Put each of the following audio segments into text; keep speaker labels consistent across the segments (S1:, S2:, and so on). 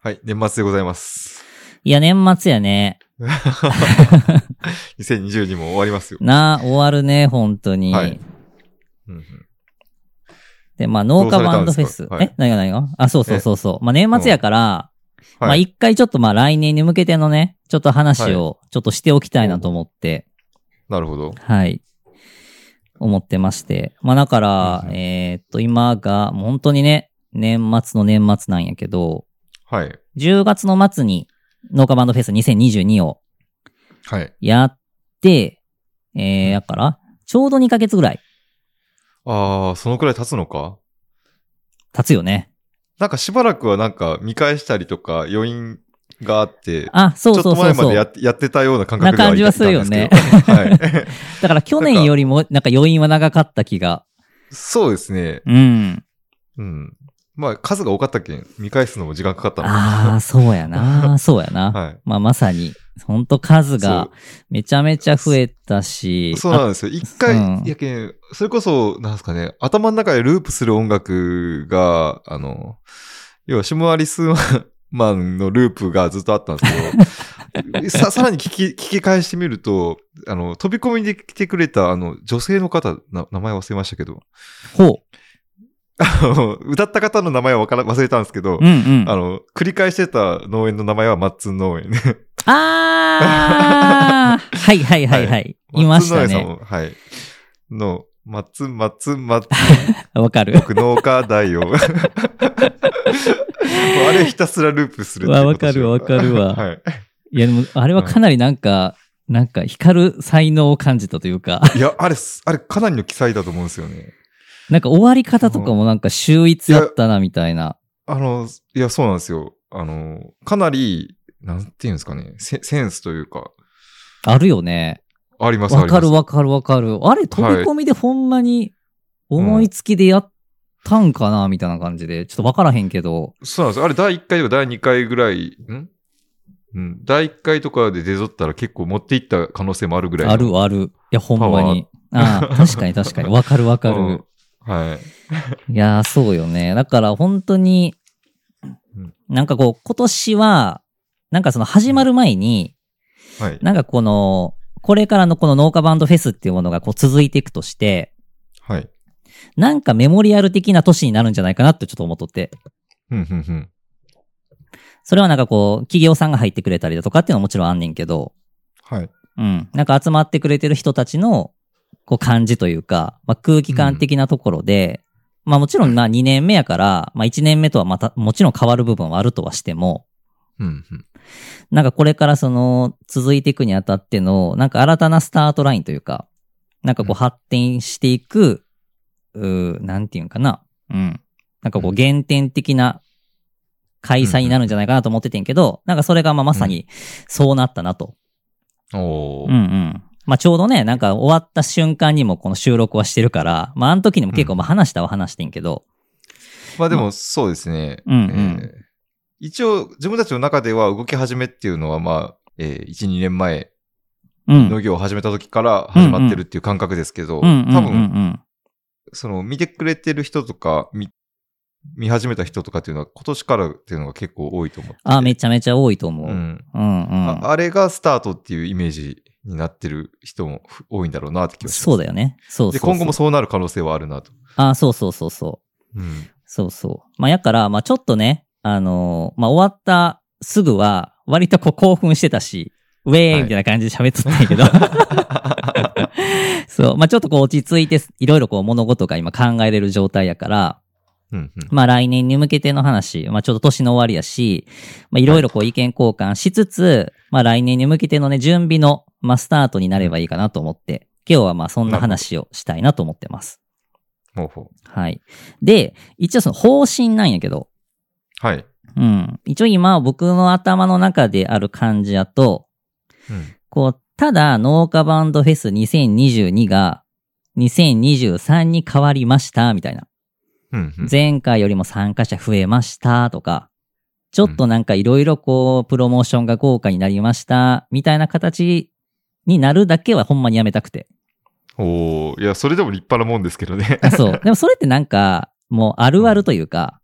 S1: はい、年末でございます。
S2: いや、年末やね。
S1: 2022も終わりますよ。
S2: な、終わるね、本当に。
S1: はいうんうん
S2: で、まあ、農家バン
S1: どうさ
S2: ドフェス。
S1: れたんですかはい
S2: え何が何があ、そうそうそうそう。まあ、年末やから、ま
S1: は
S2: あ、
S1: い。
S2: 一回ちょっとまあ、来年に向けてのね、ちょっと話を、ちょっとしておきたいなと思って、
S1: なるほど。
S2: はい。思ってまして。まあ、だから、
S1: うんうん
S2: えーっと、今が、もう本当にね、年末の年末なんやけど、
S1: はい。
S2: 10月の末に、農家バンドフェス2022を
S1: はい。
S2: やって、えー、やから、ちょうど2ヶ月ぐらい
S1: ああ、そのくらい経つのか
S2: 経つよね。
S1: なんかしばらくはなんか見返したりとか余韻があって、
S2: あ、そうそう
S1: ちょ
S2: そう
S1: っと前
S2: そ
S1: ま
S2: う。
S1: でや
S2: だ
S1: ってやってたような感覚ではい
S2: な感じはするよね
S1: たんですけどはい。
S2: から去年よりも、なんか余韻は長かった気が。
S1: そうですね。
S2: うん。
S1: うん。まあ数が多かったけん、見返すのも時間かかったの
S2: ああ、そう やな。そうやな。
S1: はい。
S2: まあまさに、ほんと数がめちゃめちゃ増えたし、
S1: そうなんですよ。一回、
S2: うん
S1: やけん、それこそ、なんすかね、頭の中でループする音楽が、あの、要はシモアリスマンのループがずっとあったんですけ ど、さ、さらに聞き、聞き返してみると、あの、飛び込みで来てくれた、あの、女性の方、な名前忘れましたけど、
S2: ほ
S1: あの歌った方の名前はわから忘れたんですけど
S2: う。う、んうん。
S1: あの、繰り返してた農園の名前はマッツン農園。
S2: ああはいはいはいはい。いました
S1: マッツン農園
S2: ね。
S1: さんも、はい。の、マッツン、マッツン、マッツン
S2: わかる。
S1: 僕農家だよ。 もうあれひたすらループするっていう
S2: わ
S1: ことしよう
S2: わかるわか
S1: はい
S2: やでも、あれはかなりなんか、なんか光る才能を感じたというか、
S1: い。いや、あれす、あれかなりの記載だと思うんですよね。
S2: なんか終わり方とかもなんか秀逸だったなみたいな。
S1: あの、いや、そうなんですよ。あの、かなり、なんていうんですかね、セセンスというか、
S2: あるよね。
S1: あります、あ
S2: わ
S1: りま
S2: か
S1: す。
S2: るわかるわかる。あれ飛び込みでほんまに思いつきでやったんかなみたいな感じで。ちょっとわからへんけど。
S1: そうなんですよ。あれ、第1回とか第2回ぐらい、んうん、第1回とかで出ぞったら結構持っていった可能性もあるぐらいの。
S2: あるある。いや、ほんまに。ああ、確かに確 かに。わかるわか
S1: う
S2: る
S1: ん。はい。
S2: いやー、そうよね。だから本当に
S1: うん、
S2: なんかこう、今年は、なんかその始まる前に、
S1: はい。
S2: なんかこの、これからのこの農家バンドフェスっていうものがこう続いていくとして、
S1: はい。
S2: なんかメモリアル的な年になるんじゃないかなってちょっと思っとって。
S1: うん、うん、うん。
S2: それはなんかこう、企業さんが入ってくれたりだとかっていうのはもちろんあんねんけど、
S1: はい。
S2: うん。なんか集まってくれてる人たちの、こう感じというか、まあ空気感的なところで、まあもちろんな2年目やから、まあ1年目とはまた、もちろん変わる部分はあるとはしても、
S1: うん、うん。
S2: なんかこれからその、続いていくにあたっての、なんか新たなスタートラインというか、なんかこ
S1: う
S2: うん発展していく、うーなんていうんかな。うん。なんかこう原点的な開催になるんじゃないかなと思っててんけど、なんかそれがまあまさにそうなったなと。
S1: お
S2: うん
S1: ー。
S2: うん。まあちょうどね、なんか終わった瞬間にもこの収録はしてるから、まああの時にも結構まあ話したは話してんけど、
S1: まあでも、そうですね。
S2: うんうん
S1: えー一応、自分たちの中では動き始めっていうのは、まあ、えー、1、2年前、
S2: うん。
S1: 農業を始めた時から始まってるっていう感覚ですけど、
S2: うんうんうん
S1: 多
S2: う
S1: 分、
S2: ん。
S1: その、見てくれてる人とか、見、見始めた人とかっていうのは、今年からっていうのが結構多いと思って。
S2: あ、めちゃめちゃ多いと思う。
S1: う
S2: うん
S1: ん。
S2: うん。
S1: ああれがスタートっていうイメージになってる人も多いんだろうなって気がします。
S2: そうだよね。そうそう
S1: で、
S2: そう。
S1: 今後もそうなる可能性はあるなと。
S2: あ、そうそうそうそ
S1: う
S2: う。
S1: ん。
S2: そうそう。まあ、やから、まあ、ちょっとね、あのーまあ、終わったすぐは、割とこう興奮してたし、ウェ
S1: は
S2: ーイ
S1: い
S2: みたいな感じで喋っとったんやけ ど。そう。まあ、ちょっとこう落ち着いて、いろいろこう物事が今考えれる状態やから、
S1: うん、うん。
S2: まあ、来年に向けての話、まあ、ちょっと年の終わりやし、まあ、いろいろこう意見交換しつつ、まあ、来年に向けてのね、準備の、まあ、スタートになればいいかなと思って、今日はまあ、そんな話をしたいなと思ってます。
S1: ほうほう。
S2: はい。で、一応その方針なんやけど、
S1: はい。
S2: うん。一応今僕の頭の中である感じやと、
S1: うん。
S2: こう、ただ農家バンドフェス2022が2023に変わりました、みたいな。
S1: うん、うん。
S2: 前回よりも参加者増えました、とか。ちょっとなんかいろいろこう、プロモーションが豪華になりました、みたいな形になるだけはほんまにやめたくて。
S1: おおいや、それでも立派なもんですけどね。
S2: あ そう。でもそれってなんか、もうあるあるというか、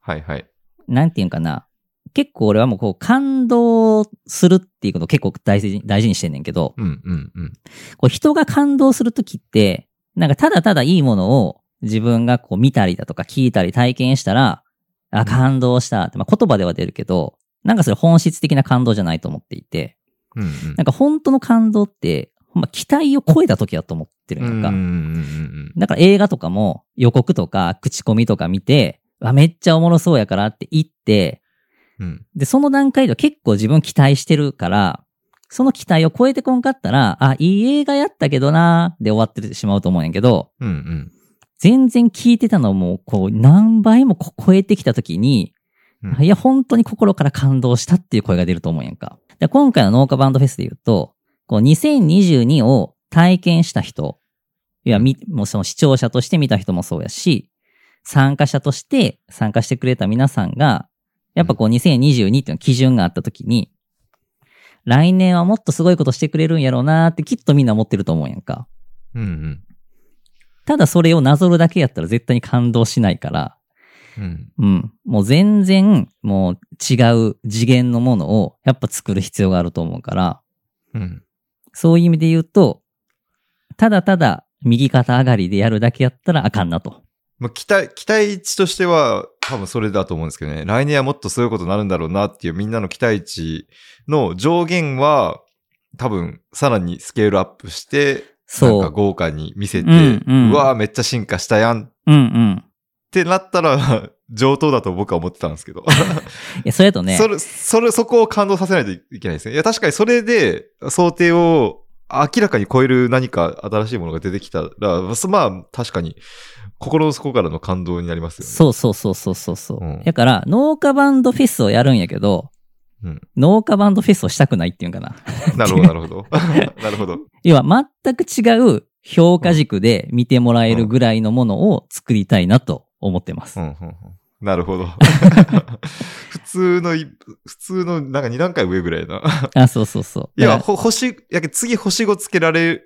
S1: はいはい。
S2: なんていうんかな。結構俺はもうこう感動するっていうことを結構大事に大事にしてんねんけど、
S1: うんうんうん。
S2: こう人が感動するときって、なんかただただいいものを自分がこう見たりだとか聞いたり体験したら、あ、感動したって、まあ、言葉では出るけど、なんかそれ本質的な感動じゃないと思っていて、
S1: うんうん
S2: なんか本当の感動って、ほんま期待を超えた時だと思ってる
S1: うん
S2: やん
S1: ん
S2: か。
S1: うん
S2: だから映画とかも予告とか口コミとか見て、あ、めっちゃおもろそうやからって言って、
S1: うんうん
S2: で、その段階では結構自分期待してるから、その期待を超えてこんかったら、あ、いい映画やったけどなーで終わってしまうと思うんやけど、
S1: うんうん
S2: 全然聞いてたのをもうこう何倍もこ超えてきた時に、
S1: うん
S2: いや、本当に心から感動したっていう声が出ると思うんやんか。で今回の農家バンドフェスで言うと、こう2022を体験した人、いや、み、もうその視聴者として見た人もそうやし、参加者として参加してくれた皆さんが、やっぱこう2022っていう基準があった時に、来年はもっとすごいことしてくれるんやろうなーってきっとみんな思ってると思うんやんか。
S1: うんうん
S2: ただそれをなぞるだけやったら絶対に感動しないから、
S1: うん
S2: うん。もう全然、もう違う次元のものをやっぱ作る必要があると思うから、
S1: うん
S2: そういう意味で言うと、ただただ右肩上がりでやるだけやったらあかんなと。
S1: まあ期待、期待値としては多分それだと思うんですけどね。来年はもっとそういうことになるんだろうなっていうみんなの期待値の上限は多分さらにスケールアップして、なん
S2: そ
S1: か
S2: う。
S1: 豪華に見せて、
S2: うんうん
S1: うわーめっちゃ進化したやんっ
S2: うんうん。
S1: てなったら上等だと僕は思ってたんですけど。
S2: いや、それやとね、
S1: それ、それ、そこを感動させないといけないですね。いや、確かにそれで想定を明らかに超える何か新しいものが出てきたら、そまあ、確かに心の底からの感動になりますよね。
S2: そうそうそうそうそうそう。
S1: うん
S2: だから、農家バンドフェスをやるんやけど、
S1: うん
S2: 農家バンドフェスをしたくないっていうんかな。
S1: なるほど、なるほど。 なるほど。
S2: 要は全く違う評価軸で見てもらえるぐらいのものを作りたいなと思ってます
S1: うん。うんうんなるほど。 普通のい、普通の、なんか2段階上ぐらいな。
S2: あ、そうそうそう。
S1: いや、ほ星、いやけ次星5つけられ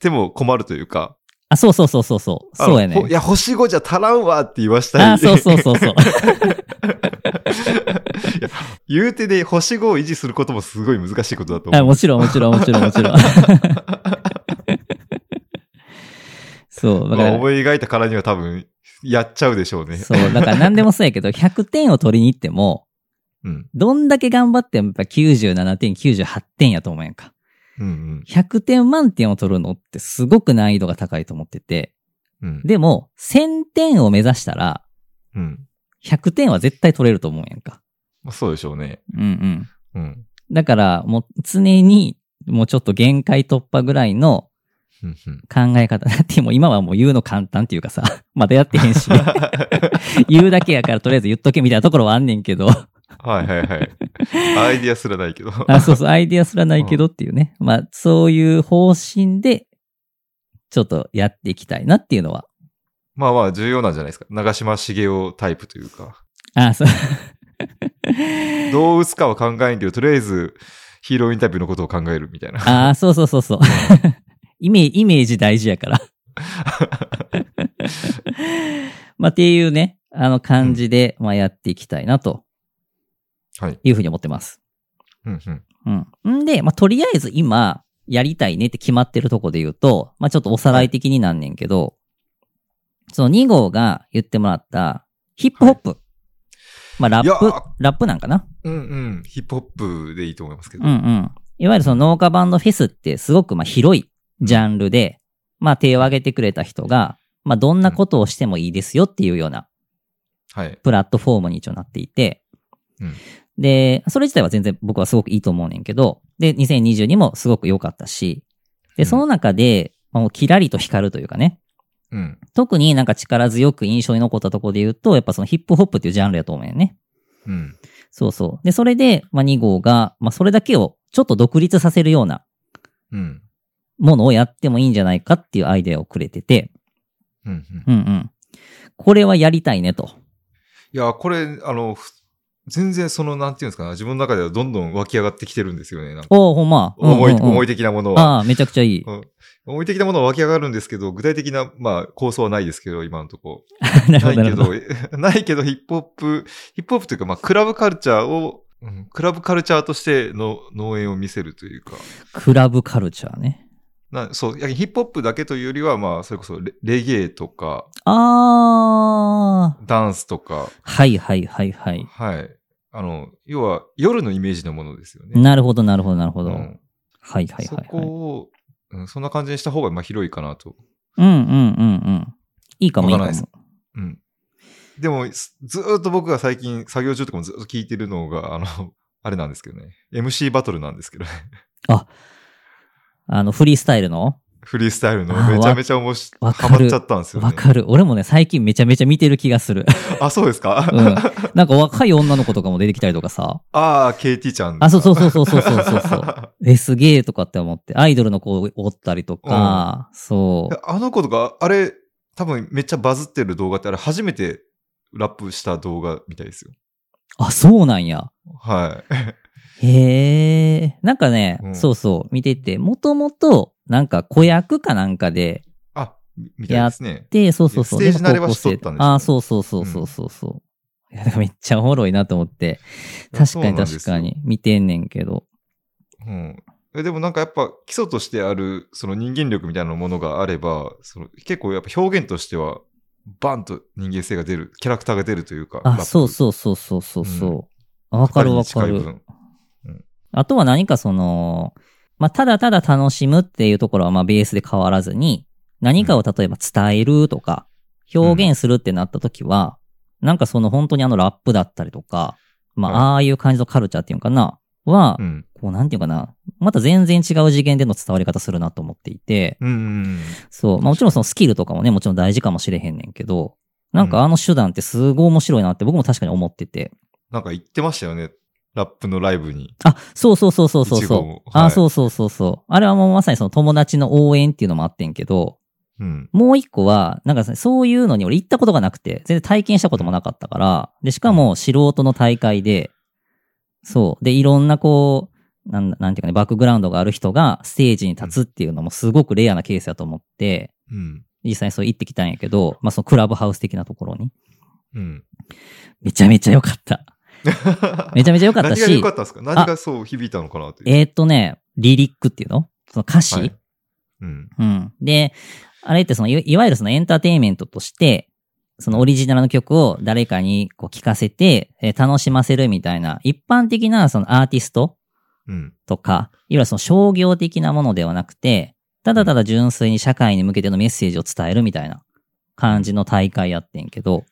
S1: ても困るというか。
S2: あ、そうそうそうそうそう。
S1: あの
S2: そうやね
S1: ほい。や、星5じゃ足らんわって言わしたい。
S2: あ、そうそう そうそう。
S1: 言うてで星5を維持することもすごい難しいことだと
S2: あ、
S1: 思う。
S2: もちろんもちろんもちろんもちろん。 そう、だか
S1: まあ
S2: ら、
S1: 思い描いたからには多分、やっちゃうでしょうね。
S2: そう、だから何でもそうやけど、100点を取りに行っても、
S1: うん。
S2: どんだけ頑張ってもやっぱ97点、98点やと思うやんか。
S1: うん
S2: 100点満点を取るのってすごく難易度が高いと思ってて、
S1: うん。うん。
S2: でも、1000点を目指したら、
S1: うん。
S2: 100点は絶対取れると思うやんか。
S1: まあ、そうでしょうね。
S2: うんうん。
S1: うん。
S2: だから、もう常に、もうちょっと限界突破ぐらいの
S1: うんうん。
S2: 考え方。だってもう今はもう言うの簡単っていうかさ、 まだやってへん し、言うだけやからとりあえず言っとけみたいなところはあんねんけど。
S1: はいはいはい。アイディアすらないけど。
S2: あ、そうそう、アイディアすらないけどっていうね。 まあ、そういう方針で、ちょっとやっていきたいなっていうのは。
S1: まあまあ重要なんじゃないですか。長嶋茂雄タイプというか。
S2: あ、そう。
S1: どう打つかは考えんけど、とりあえずヒーローインタビューのことを考えるみたいな。
S2: あ、そうそうそうそう。 イメージ、イメージ大事や から。まあ、っていうね、あの感じで、まあ、やっていきたいなと
S1: はい。
S2: いうふうに思ってます。
S1: うんうん。
S2: うん。んで、まあ、とりあえず今、やりたいねって決まってるとこで言うと、まあ、ちょっとおさらい的になんねんけど、その2号が言ってもらった、ヒップホップ。まあ、ラ
S1: いや
S2: ップ、ラップなんかな
S1: うんうん。ヒップホップでいいと思いますけど。
S2: うんうん。いわゆるその農家バンドフェスってすごくまあ広いジャンルで、まあ、手を挙げてくれた人が、まあ、どんなことをしてもいいですよっていうような
S1: はい。
S2: プラットフォームに一応なっていて、
S1: うん
S2: で、それ自体は全然僕はすごくいいと思うねんけど、で、2022もすごく良かったし、
S1: う
S2: で、
S1: ん
S2: その中で、まあもうキラリと光るというかね、
S1: うん。
S2: 特になんか力強く印象に残ったところで言うと、やっぱそのヒップホップっていうジャンルやと思うんよね。
S1: うん。
S2: そうそう。で、それで、まあ、2号が、まあ、それだけをちょっと独立させるような
S1: うん。
S2: ものをやってもいいんじゃないかっていうアイデアをくれてて、
S1: うんうん。
S2: うんうん。これはやりたいねと。
S1: いや、これ、あの、ふ全然その、なんていうんですかね、自分の中ではどんどん湧き上がってきてるんですよね。なんか
S2: おおほんま。うんうんうん
S1: 思い、思い的なものは。
S2: ああ、めちゃくちゃいい。
S1: うん思い的なものは湧き上がるんですけど、具体的な、まあ、構想はないですけど、今のとこ。
S2: なる
S1: な
S2: ほ
S1: い
S2: ど、な
S1: け
S2: るほど。
S1: ど、ないけどヒップホップ、ヒップホップというか、まあ、クラブカルチャーをうんクラブカルチャーとしての農園を見せるというか、
S2: クラブカルチャーね。
S1: なそう、いやヒップホップだけというよりは、まあ、それこそレレゲエとか、
S2: あー。
S1: ダンスとか、
S2: はいはいはいはい。
S1: はい。あの、要は夜のイメージのものですよね。
S2: なるほどなるほどなるほど。
S1: う
S2: はい
S1: ん
S2: はいはい
S1: そこ
S2: はい。
S1: を、うん、そんな感じにした方がまあ広いかなと。
S2: うんうんうんうん。いいかもいい
S1: わ
S2: か
S1: かんない。
S2: も
S1: ですうん。でも、すずーっと僕が最近、作業中とかもずっと聞いてるの が、あの、あれなんですけどね。MC バトルなんですけどね。
S2: あの、フリースタイルの
S1: フリースタイルの
S2: あー
S1: めちゃめちゃ面白い。
S2: わ
S1: ハ
S2: か
S1: マ
S2: る
S1: っちゃったんですよ、ね。
S2: わかる。俺もね、最近めちゃめちゃ見てる気がする。
S1: あ、そうですか、
S2: うん。なんか若い女の子とかも出てきたりとかさ。
S1: ああ、KT ちゃん。
S2: あ、そうそうそうそうそうそうそうそう。 え、すげえとかって思って、アイドルの子をおったりとか、そ
S1: いやあの子とか、あれ、多分めっちゃバズってる動画って、あれ初めてラップした動画みたいですよ。
S2: う。あ、そうなんや。
S1: はい。
S2: へえ。なんかね、
S1: うん
S2: そうそう、見てて、もともと、なんか子役かなんかで、
S1: あ、みみたいですね。
S2: で、そうそうそう。
S1: ステージ慣れは
S2: も高校
S1: しとったんで
S2: 生
S1: すよね
S2: ああ、そうそうそうそうそうそう。いや、だからめっちゃおもろいなと思って、確かに確かに、見てんねんけど。
S1: うん。えでもなんかやっぱ基礎としてあるその人間力みたいなものがあれば、その結構やっぱ表現としてはバンと人間性が出る、キャラクターが出るというか。
S2: あ、そう
S1: う。
S2: そうそうそうそうそう。あわ、かるわか
S1: 二人に
S2: る
S1: 近い。分
S2: あとは何かその、まあ、ただただ楽しむっていうところはまあベースで変わらずに、何かを例えば伝えるとか、表現するってなった時は、なんかその本当にあのラップだったりとか、ま
S1: はい
S2: あ、ああいう感じのカルチャーっていうのかな、は
S1: う、ん。
S2: こうなんていうかな、また全然違う次元での伝わり方するなと思っていて、
S1: うんうん
S2: そう、まあもちろんそのスキルとかもね、もちろん大事かもしれへんねんけど、なんかあの手段ってすごい面白いなって僕も確かに思ってて、
S1: なんか言ってましたよね。ラップのライブに。
S2: あ、そうそうそうそうそう
S1: いちご
S2: そ
S1: も
S2: う。
S1: はい
S2: あ、そうそうそうそう。あれはもうまさにその友達の応援っていうのもあってんけど、
S1: うん。
S2: もう一個は、なんかさそういうのに俺行ったことがなくて、全然体験したこともなかったから、で、しかも素人の大会で、そう。で、いろんなこう、なんなんていうかね、バックグラウンドがある人がステージに立つっていうのもすごくレアなケースだと思って、
S1: うん。
S2: 実際にそう行ってきたんやけど、まあそのクラブハウス的なところに。
S1: うん。
S2: めちゃめちゃ良かった。 めちゃめちゃ良かった
S1: 何が良
S2: し
S1: か、ったんですか何がそう響いたのかなっていう。
S2: えーっとね、リリックっていうのその歌詞、
S1: はいうん。
S2: うん。で、あれってその、いわいわゆるそのエンターテインメントとして、そのオリジナルの曲を誰かにこう聴かせて、えー楽しませるみたいな、一般的なそのアーティスト
S1: うん。
S2: とか、いわゆるその商業的なものではなくて、ただただ純粋に社会に向けてのメッセージを伝えるみたいな感じの大会やってんけど、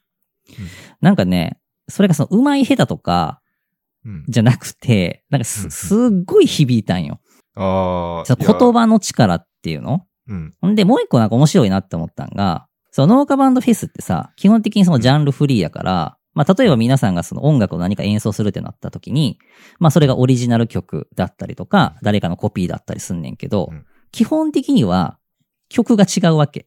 S2: なんかね、それがその上手い下手とか
S1: うん。
S2: じゃなくて、なんか
S1: うんう
S2: す
S1: ん
S2: すっごい響いたんよ。
S1: ああ。
S2: そ
S1: い
S2: の
S1: や
S2: 言。葉の力っていうの
S1: うん。
S2: ほんで、もう一個なんか面白いなって思ったんが、その農家バンドフェスってさ、基本的にそのジャンルフリーやから、まあ、例えば皆さんがその音楽を何か演奏するってなった時に、まあ、それがオリジナル曲だったりとか、誰かのコピーだったりすんねんけど
S1: うん、
S2: 基本的には曲が違うわけ。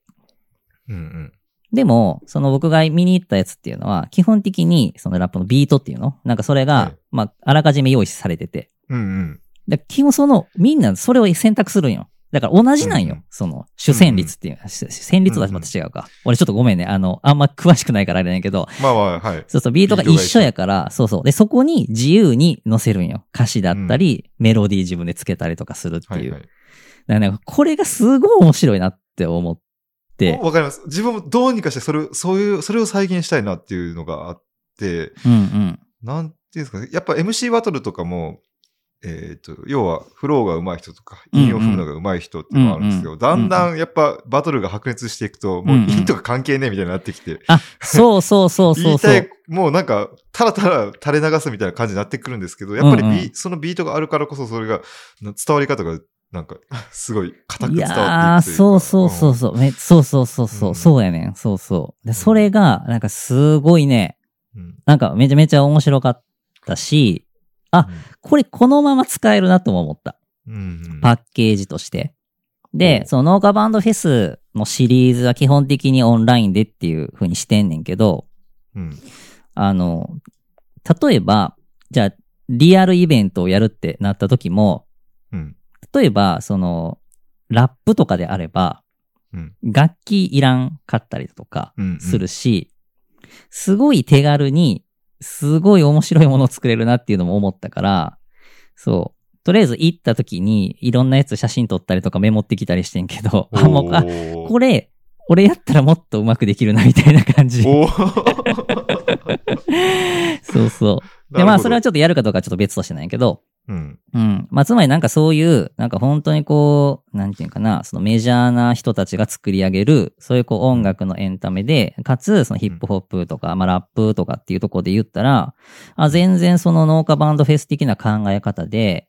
S1: うんうん。
S2: でも、その僕が見に行ったやつっていうのは、基本的にそのラップのビートっていうのなんかそれ
S1: は
S2: が
S1: い、
S2: まあ、あらかじめ用意されてて。
S1: うんうん。
S2: だから基本その、みんなそれを選択するんよ。だから同じなんよ。
S1: うんうん
S2: その、主戦率っていう、主主戦率はまた違うか、俺ちょっとごめんね。あの、あんま詳しくないからあれなんやけど、
S1: まあまあ、はい。
S2: そうそう、ビートが
S1: ビー
S2: 一
S1: トが一緒
S2: 緒やから、そうそう。で、そこに自由に乗せるんよ。歌詞だったり、メロディー自分でつけたりとかするって。
S1: はいいうはい。
S2: だからなんか、これがすごい面白いなって思って。
S1: わかります。自分もどうにかして、それを、そういう、それを再現したいなっていうのがあって、
S2: うんうん。
S1: なんていうんですかね。やっぱ MC バトルとかも、えっ、と、要は、フローが上手い人とか、
S2: うんうん
S1: 韻を踏むのが上手い人っていうのがあるんですけど、
S2: うんうん
S1: だんだんやっぱバトルが白熱していくと、も
S2: うんう
S1: うん韻とか関係ねえみたいになってきて、
S2: あ、そうそうそうそ
S1: 言
S2: う
S1: い
S2: そ
S1: た
S2: う
S1: い。、もうなんか、たらたら垂れ流すみたいな感じになってくるんですけど、やっぱりビー
S2: うんうん
S1: そのビートがあるからこそ、それが、な伝わり方が、なんか、すごい硬く
S2: い
S1: 伝わっていくというか。
S2: やー、そうそうそううそう。めそうそうそうそうう。
S1: ん
S2: そうやねん。そうそう。で、それが、なんかすごいね、
S1: ん。うん
S2: なんかめちゃめちゃ面白かったし、あこれこのまま使えるなとも思った。
S1: うんうん
S2: パッケージとして。
S1: うん
S2: で、その農家バンドフェスのシリーズは基本的にオンラインでっていう風にしてんねんけど、
S1: うん。
S2: あの、例えば、じゃあ、リアルイベントをやるってなった時も、
S1: うん。
S2: 例えば、その、ラップとかであれば、
S1: うん
S2: 楽器いらんかったりだとか
S1: うんうん
S2: するし、すごい手軽にすごい面白いものを作れるなっていうのも思ったから、そう。とりあえず行った時に、いろんなやつ写真撮ったりとかメモってきたりしてんけど、あ、もう、あ、
S1: おー
S2: これ、俺やったらもっとうまくできるな、みたいな感じ。
S1: おー
S2: そうそう。 で、まあ、それはちょっとやるかどうかはちょっと別としてなんやけど、
S1: うん。
S2: うん。まあ、つまりなんかそういう、なんか本当にこう、なんていうかな、そのメジャーな人たちが作り上げる、そういうこう音楽のエンタメで、かつ、そのヒップホップとか、まあ、ラップとかっていうところで言ったら、あ、全然その農家バンドフェス的な考え方で、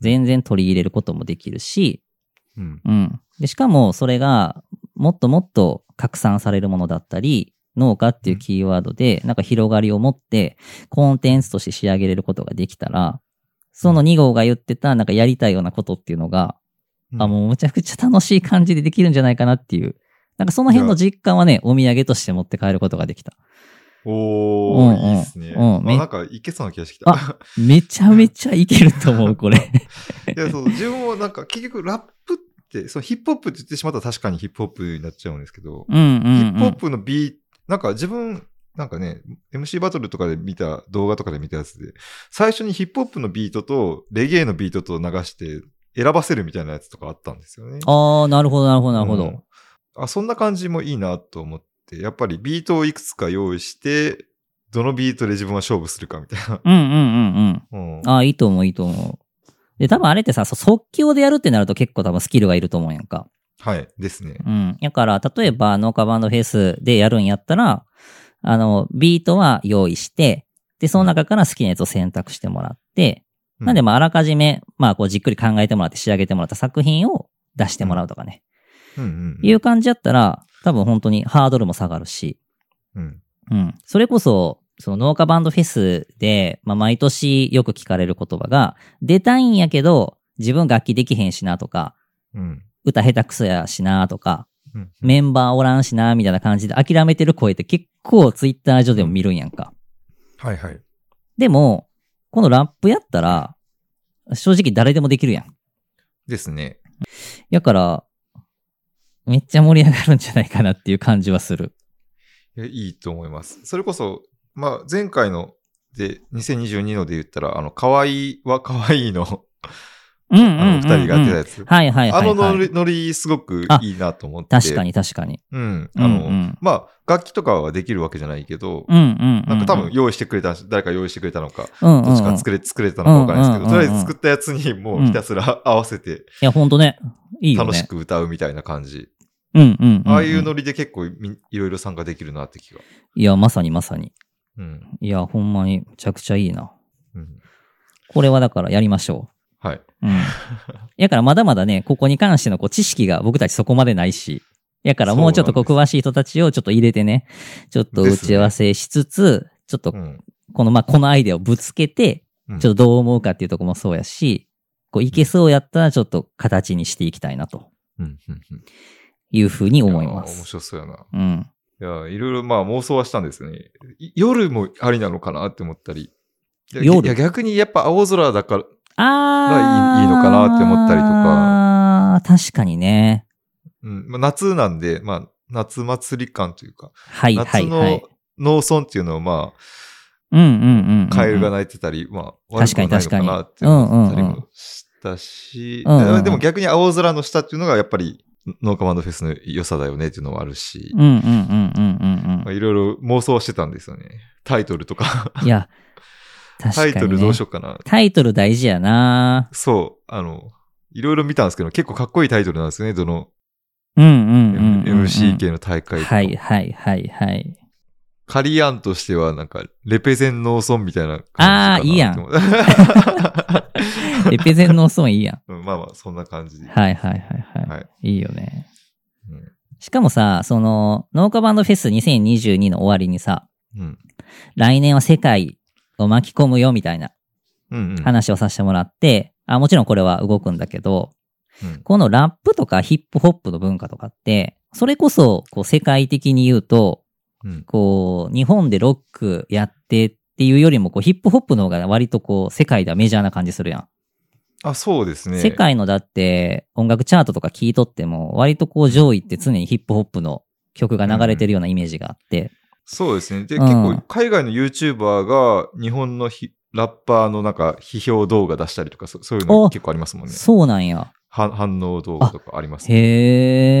S2: 全然取り入れることもできるし、
S1: うん。
S2: うん。で、しかもそれが、もっともっと拡散されるものだったり、農家っていうキーワードで、なんか広がりを持って、コンテンツとして仕上げれることができたら、その2号が言ってた、なんかやりたいようなことっていうのが、あ、もうむちゃくちゃ楽しい感じでできるんじゃないかなっていう。なんかその辺の実感はね、お土産として持って帰ることができた。
S1: おー、
S2: うんうん
S1: いいっすね。
S2: うん
S1: あ
S2: め
S1: なんかいけそうな気がしてきた。
S2: あめちゃめちゃいけると思う、 これ。
S1: いや、そう、自分もなんか結局ラップって、そう、ヒップホップって言ってしまったら確かにヒップホップになっちゃうんですけど、
S2: うんうん、うん。
S1: ヒップホップのビーなんか自分、なんかね、MC バトルとかで見た、動画とかで見たやつで、最初にヒップホップのビートと、レゲエのビートと流して、選ばせるみたいなやつとかあったんですよね。
S2: ああ、なるほど、なるほど、なるほど。
S1: うんあ、そんな感じもいいなと思って、やっぱりビートをいくつか用意して、どのビートで自分は勝負するかみたいな。
S2: うんうんうんうん。
S1: うん、
S2: ああ、いいと思う、いいと思う。で、多分あれってさ、そう即興でやるってなると結構多分スキルがいると思うんやんか。
S1: はい、ですね。
S2: うん。だから、例えば、農家バンドフェスでやるんやったら、あの、ビートは用意して、で、その中から好きなやつを選択してもらって、
S1: う
S2: なんで、まあ、あらかじめ、まあ、こう、じっくり考えてもらって仕上げてもらった作品を出してもらうとかね。
S1: うんうんうん
S2: いう感じやったら、多分本当にハードルも下がるし、
S1: うん
S2: うん。それこそ、その農家バンドフェスで、まあ、毎年よく聞かれる言葉が、出たいんやけど、自分楽器できへんしなとか、
S1: うん
S2: 歌下手くそやしなとか、
S1: うん
S2: メンバーおらんしなみたいな感じで諦めてる声って結構ツイッター上でも見るんやんか。
S1: はいはい。
S2: でも、このラップやったら、正直誰でもできるやん。
S1: ですね。
S2: やから、めっちゃ盛り上がるんじゃないかなっていう感じはする。
S1: いやいいと思います。それこそ、まあ、前回ので、2022ので言ったら、あの、可愛いは可愛いの、
S2: うんうん
S1: あ
S2: うん、う
S1: の、
S2: ん。
S1: 二人がやってたやつ。
S2: はいはい
S1: あ
S2: はい、
S1: のノ
S2: はい。
S1: リ、ノリすごくいいなと思って。
S2: 確かに確かに。
S1: うん。
S2: うん
S1: あ
S2: う
S1: の、
S2: ん。
S1: まあ、楽器とかはできるわけじゃないけど、
S2: うんうんうんうん。
S1: なんか多分用意してくれた、誰か用意してくれたのか、
S2: うんうんうん、
S1: どっちか作れ、作れたのかわかんないですけど、
S2: うんうん
S1: と
S2: うん
S1: りあえず作ったやつにもうひたすら合わせて
S2: いや、ほんとね。いいよね。
S1: 楽しく歌うみたいな感じ。
S2: うんうんんん
S1: ああいうノリで結構みいろいろ参加できるなって気が。
S2: いや、まさにまさに。
S1: うん。
S2: いや、ほんまに、めちゃくちゃいいな。
S1: うん。
S2: これはだからやりましょ
S1: はい。
S2: う。 うん。やからまだまだね、ここに関してのこう知識が僕たちそこまでないし。やからもうちょっとこう
S1: そう
S2: 詳しい人たちをちょっと入れてね、ちょっと打ち合わせしつつ、ちょっと
S1: うん。
S2: この、まあ、このアイデアをぶつけて
S1: うん、
S2: ちょっとどう思うかっていうところもそうやし、こういけそうやったらちょっと形にしていきたいなと
S1: うん。うんうん
S2: いうふうに思いま
S1: やー面
S2: す。
S1: 白そうやな。
S2: うん。
S1: いやー、いろいろまあ妄想はしたんですよね。い夜もありなのかなって思ったり。いや
S2: 夜
S1: いや逆にやっぱ青空だから、
S2: あ
S1: がいいいいのかなって思ったりとか
S2: か。確かにね。
S1: うんまあ、夏なんで、まあ、夏祭り感というか、
S2: はいは
S1: 夏
S2: いはい
S1: の。農村っていうのをま
S2: うんうんうんうん。
S1: あ、カエルが鳴いてたり、まあ、悪くは
S2: 確かに
S1: ないのかなって
S2: 確か
S1: 思った
S2: に
S1: り
S2: うんうんう
S1: もしたし、
S2: うんうんうん
S1: でも逆に青空の下っていうのがやっぱり農家マンドフェスの良さだよねっていうのもあるし、
S2: うんうんうんうんうん
S1: まあ、いろいろ妄想はしてたんですよね。タイトルとか。
S2: うん。いや、確か
S1: タ
S2: に、
S1: イ
S2: ね。
S1: トルどうしようかな。
S2: タイトル大事やな
S1: そう、あの、いろいろ見たんですけど、結構かっこいいタイトルなんですよね、どの
S2: うんうんうんうん、うん。
S1: MC 系の大会とかも
S2: はいはいはいはい。
S1: カリアンとしては、なんか、レペゼン農村みたいな感じかな
S2: あーいいやん
S1: と思って。
S2: エペゼンのソンい いや
S1: うんまあまあ、そんな感じ。
S2: ん。はいはいはいは。
S1: はいい
S2: いいよね。
S1: うん
S2: しかもさ、その、農家バンドフェス2022の終わりにさ、
S1: うん。
S2: 来年は世界を巻き込むよみたいな
S1: うんうん。
S2: 話をさせてもらって、あ、もちろんこれは動くんだけど、
S1: うん
S2: このラップとかヒップホップの文化とかって、それこそ、こう、世界的に言うと、
S1: うん
S2: こう、日本でロックやってっていうよりも、こう、ヒップホップの方が割とこう、世界ではメジャーな感じするやん。
S1: あ、そうですね。
S2: 世界のだって、音楽チャートとか聞いとっても、割とこう、上位って常にヒップホップの曲が流れてるようなイメージがあって、
S1: そうですね。で、
S2: うん
S1: 結構海外の YouTuber が日本のひラッパーのなんか批評動画出したりとか、そそういう
S2: お
S1: の結構ありますもんね。
S2: そうなんや。
S1: 反反応動画とかありますね。
S2: へ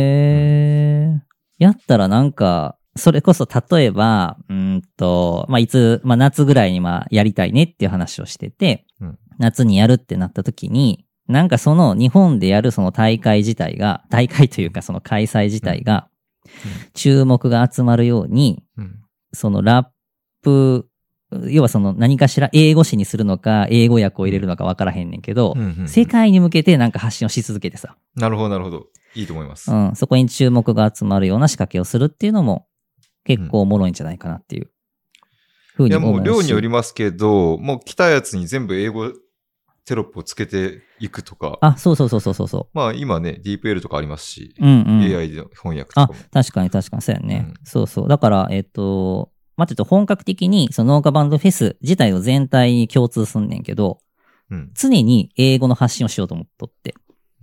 S2: え。やったらなんか、それこそ例えば、うーんと、まあ、いつ、まあ、夏ぐらいにまあ、やりたいねっていう話をしてて、
S1: うん
S2: 夏にやるってなった時に、なんかその日本でやるその大会自体が、大会というかその開催自体が
S1: うん、
S2: 注目が集まるように、
S1: うん
S2: そのラップ、要はその何かしら英語詞にするのか、英語訳を入れるのか分からへんねんけど
S1: う、んうん
S2: 世界に向けてなんか発信をし続けてさ、
S1: なるほど、なるほど。いいと思います。
S2: うん、そこに注目が集まるような仕掛けをするっていうのも結構おもろいんじゃないかなっていうふ
S1: い
S2: うに
S1: や、
S2: 思
S1: もう
S2: うし。
S1: 量によりますけど、もう来たやつに全部英語テロップをつけていくとか、
S2: あ、そうそうそうそうそうそ
S1: まあ今ね、DeepL とかありますし、
S2: う。うんうん。
S1: AI で翻訳とかも。
S2: 確かに確かに、そうやね。
S1: うん
S2: そうそう。だから、えっ、と、まあ、ちょっと本格的に、その農家バンドフェス自体を全体に共通すんねんけど、
S1: うん。
S2: 常に英語の発信をしようと思っとって。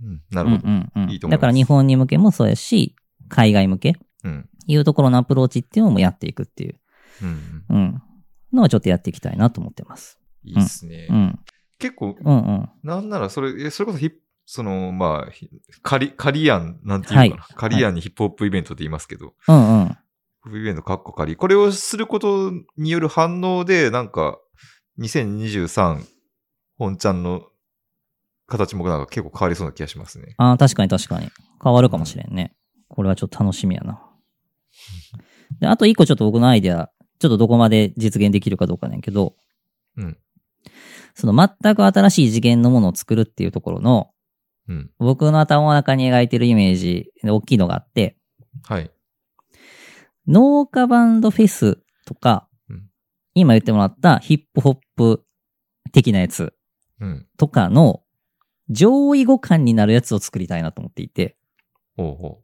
S1: うんな
S2: う
S1: るほ
S2: ん
S1: ど。
S2: うんうん。
S1: いいと思います
S2: だから日本に向けもそうやし、海外向け、
S1: うん。
S2: いうところのアプローチっていうのもやっていくっていう、
S1: うんうん。
S2: うん。のはちょっとやっていきたいなと思ってます。
S1: いいっすね
S2: う。ん。
S1: 結構、
S2: うんうん。
S1: なんなら、それ、えそれこそヒップ、その、まあ、ひカリ、カリアン、なんていうのかな、カリアンにヒップホップイベントって言いますけど、
S2: うんうん。
S1: ヒップホップイベントカッコカリ。これをすることによる反応で、なんか、2023、本ちゃんの形もなんか結構変わりそうな気がしますね。
S2: ああ、確かに確かに。変わるかもしれんね。これはちょっと楽しみやな。で、あと一個ちょっと僕のアイデア、ちょっとどこまで実現できるかどうかねんけど、
S1: うん。
S2: その全く新しい次元のものを作るっていうところの、
S1: うん。
S2: 僕の頭の中に描いてるイメージで大きいのがあって、
S1: はい。
S2: 農家バンドフェスとか、
S1: うん
S2: 今言ってもらったヒップホップ的なやつ
S1: うん。
S2: とかの上位互換になるやつを作りたいなと思っていて、
S1: ほうほ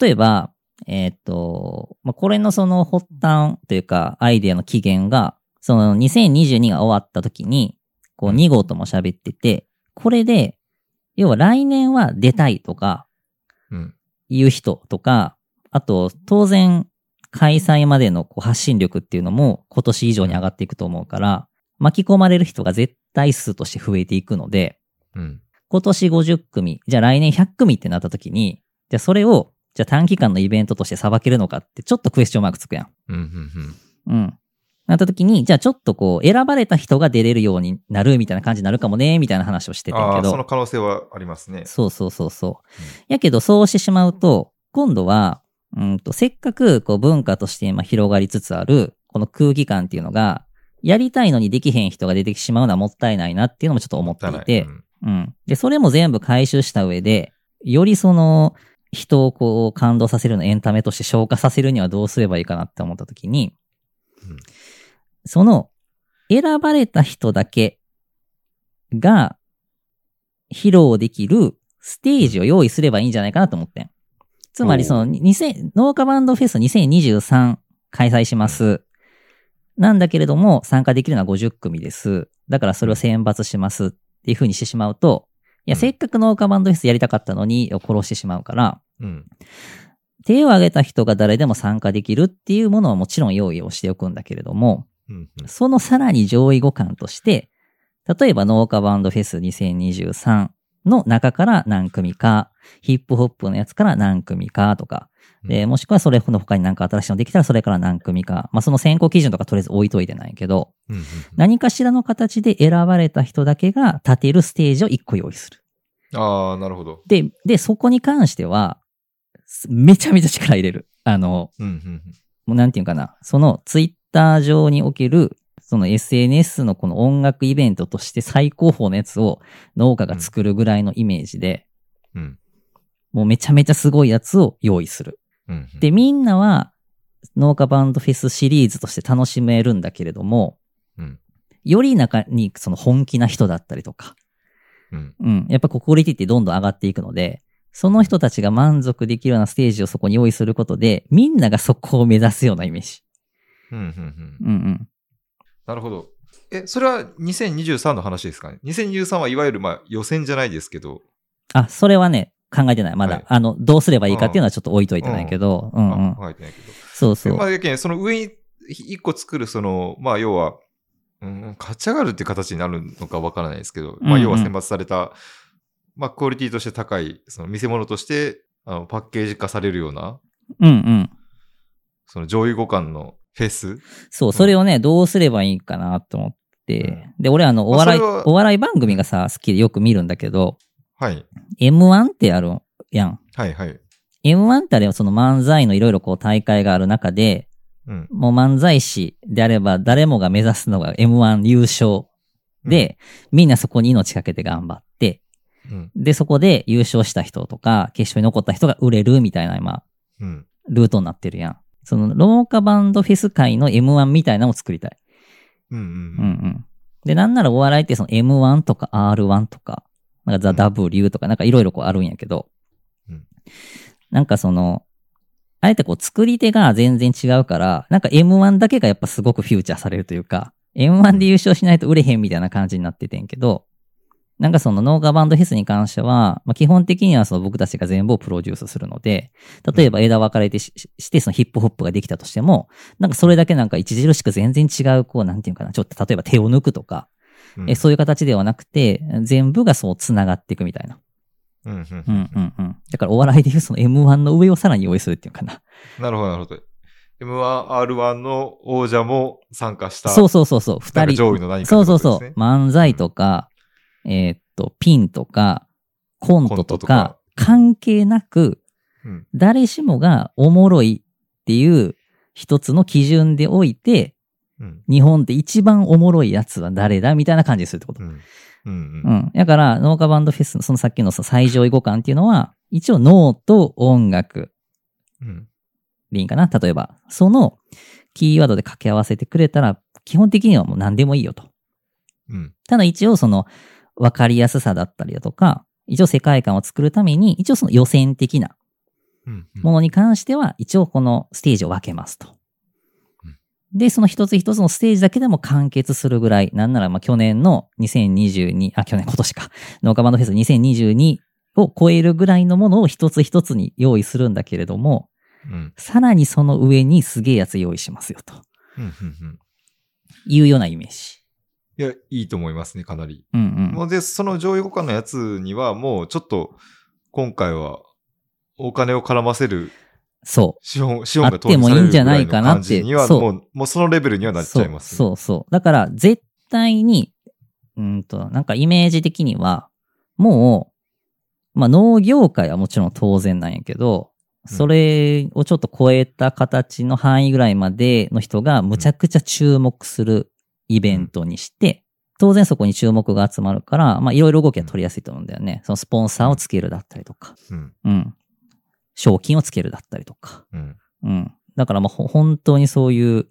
S2: 例えば、えーっ、と、まあ、これのその発端というか、アイデアの起源が、その2022が終わった時に、こう
S1: うん
S2: 2号とも喋ってて、これで、要は来年は出たいとか、
S1: う。うん。
S2: いう人とか、あと、当然、開催までのこう発信力っていうのも今年以上に上がっていくと思うから、巻き込まれる人が絶対数として増えていくので、
S1: うん。
S2: 今年50組、じゃあ来年100組ってなった時に、じゃあそれを、じゃあ短期間のイベントとして裁けるのかってちょっとクエスチョンマークつくやん。
S1: うん。うん。
S2: うん。なった時に、じゃあちょっとこう、選ばれた人が出れるようになるみたいな感じになるかもね、みたいな話をして
S1: うん。
S2: てん
S1: あ
S2: け
S1: あ、そ
S2: ど
S1: の。可能性はありますね。
S2: そうそうそうそう。やけどそうしてしまうと、今度は、うんと、せっかくこう文化として今広がりつつある、この空気感っていうのが、やりたいのにできへん人が出てしまうのはもったいないなっていうのもちょっと思ってい
S1: だ
S2: て
S1: う、ん
S2: うん。で、それも全部回収した上で、よりその、人をこう感動させるようなエンタメとして消化させるにはどうすればいいかなって思った時に、
S1: うん
S2: その、選ばれた人だけが披露できるステージを用意すればいいんじゃないかなと思ってん。つまりその、2000農家バンドフェス2023開催します。なんだけれども、参加できるのは50組です。だからそれを選抜しますっていう風にしてしまうと、いや、
S1: うん
S2: せっかく農家バンドフェスやりたかったのに、を殺してしまうから、
S1: うん。
S2: 手を挙げた人が誰でも参加できるっていうものはもちろん用意をしておくんだけれども、
S1: うん。
S2: そのさらに上位互換として、例えば農家バンドフェス2023の中から何組か、ヒップホップのやつから何組かとか、で、もしくはそれの他に何か新しいのできたらそれから何組か、まあその選考基準とかとりあえず置いといてないけど、
S1: うん。うん
S2: 何かしらの形で選ばれた人だけが立てるステージを1個用意する。
S1: ああ、なるほど。
S2: で、で、そこに関しては、すめちゃめちゃ力入れる。あの、
S1: うん。うん
S2: もうなんていうかな、そのツイッター上における、その SNS のこの音楽イベントとして最高峰のやつを農家が作るぐらいのイメージで、
S1: うん。うん
S2: もうめちゃめちゃすごいやつを用意する。
S1: うん。うん
S2: で、、みんなは農家バンドフェスシリーズとして楽しめるんだけれども、
S1: うん
S2: より中にその本気な人だったりとか、
S1: うん。
S2: うん。やっぱこうクオリティってどんどん上がっていくので、その人たちが満足できるようなステージをそこに用意することで、みんながそこを目指すようなイメージ。
S1: うん。うんうん。
S2: うんうん。
S1: なるほど。え、それは2023の話ですかね ?2023 はいわゆるまあ予選じゃないですけど、
S2: あ、それはね、考えてない。まだ、
S1: はい
S2: あの、どうすればいいかっていうのはちょっと置いといてないけど、うんうん。
S1: あ考えてないけど。
S2: そうそう
S1: ま。あ、やけんその上に一個作る、その、まあ、要は、うん、勝ち上がるって形になるのかわからないですけど、ま
S2: うんう
S1: あ、
S2: ん
S1: 要は選抜された、まあ、クオリティとして高い、その見せ物として、あの、パッケージ化されるような、
S2: うんうん。
S1: その上位互換のフェス。
S2: そう、それをね、どうすればいいかなと思って。で、俺あの、お笑い、
S1: まあそれは
S2: お笑い番組がさ、好きでよく見るんだけど、
S1: はい。
S2: M1 ってあるやん。
S1: はい、はい。
S2: M1 ってあれはその漫才のいろいろこう大会がある中で、
S1: うん。
S2: もう漫才師であれば誰もが目指すのが M1 優勝で、みんなそこに命かけて頑張って、
S1: うん、
S2: で、そこで優勝した人とか、決勝に残った人が売れるみたいな、まあ、
S1: うん。
S2: ルートになってるやん。その、廊下バンドフェス界の M1 みたいなのを作りたい。
S1: うん、うん。
S2: うんうん。で、なんならお笑いってその M1 とか R1 とか、なんかザ・ W とかなんかいろいろこうあるんやけど、
S1: うん
S2: なんかその、あえてこう作り手が全然違うから、なんか M1 だけがやっぱすごくフューチャーされるというか、M1 で優勝しないと売れへんみたいな感じになっててんけど、なんかその農家バンドフェスに関しては、まあ、基本的にはその僕たちが全部をプロデュースするので、例えば枝分かれてしししてそのヒップホップができたとしても、なんかそれだけなんか著しく全然違う、こう、なんていうかな、ちょっと例えば手を抜くとか、
S1: うん
S2: えそういう形ではなくて、全部がそう繋がっていくみたいな。
S1: うん、うん
S2: う。んうんうん。だからお笑いでいうその M1 の上をさらに用意するっていうかな。
S1: なるほど、なるほど。M1、R1 の王者も参加した。
S2: そうそうそうそう、
S1: な
S2: 二
S1: んか
S2: 人。
S1: 上位の何かって
S2: そ
S1: こ
S2: うそ
S1: と
S2: う
S1: ですね、
S2: そう。漫才とか、えーっと、ピンとか、コント
S1: コ
S2: と
S1: ントとか
S2: か、関係なく、
S1: うん
S2: 誰しもがおもろいっていう一つの基準でおいて、
S1: うん。
S2: 日本で一番おもろいやつは誰だみたいな感じにするってこと
S1: う。ん。うん。
S2: う。ん。だから、農家バンドフェスの、そのさっきのさ最上位互換っていうのは、一応脳と音楽
S1: うん。
S2: でいいかな例えば、そのキーワードで掛け合わせてくれたら、基本的にはもう何でもいいよと。
S1: うん。
S2: ただ一応その、わかりやすさだったりだとか、一応世界観を作るために、一応その予選的な
S1: うん。
S2: ものに関しては、一応このステージを分けますと
S1: うん。
S2: で、その一つ一つのステージだけでも完結するぐらい、なんならまあ去年の2022、あ、去年今年か、 農家バンドフェス2022を超えるぐらいのものを一つ一つに用意するんだけれども、
S1: うん。
S2: さらにその上にすげえやつ用意しますよ、と
S1: うん。うん。
S2: いうようなイメージ。
S1: いや、いいと思いますね、かなり。
S2: うんうん。
S1: もうで、その上位互換のやつには、もうちょっと、今回は、お金を絡ませる
S2: そう。
S1: 資本、資本が投入されるぐらいの感じには、
S2: あってもいいんじゃないかなって
S1: もう、もうそのレベルにはなっちゃいます、
S2: そうそうそう。だから、絶対に、うんと、なんかイメージ的には、もう、まあ農業界はもちろん当然なんやけど、それをちょっと超えた形の範囲ぐらいまでの人がむちゃくちゃ注目するイベントにして、当然そこに注目が集まるから、まあいろいろ動きは取りやすいと思うんだよね。そのスポンサーをつけるだったりとか、
S1: う。うん。
S2: うん。賞金をつけるだったりとか、
S1: うん。
S2: うん。だからまあほ本当にそういう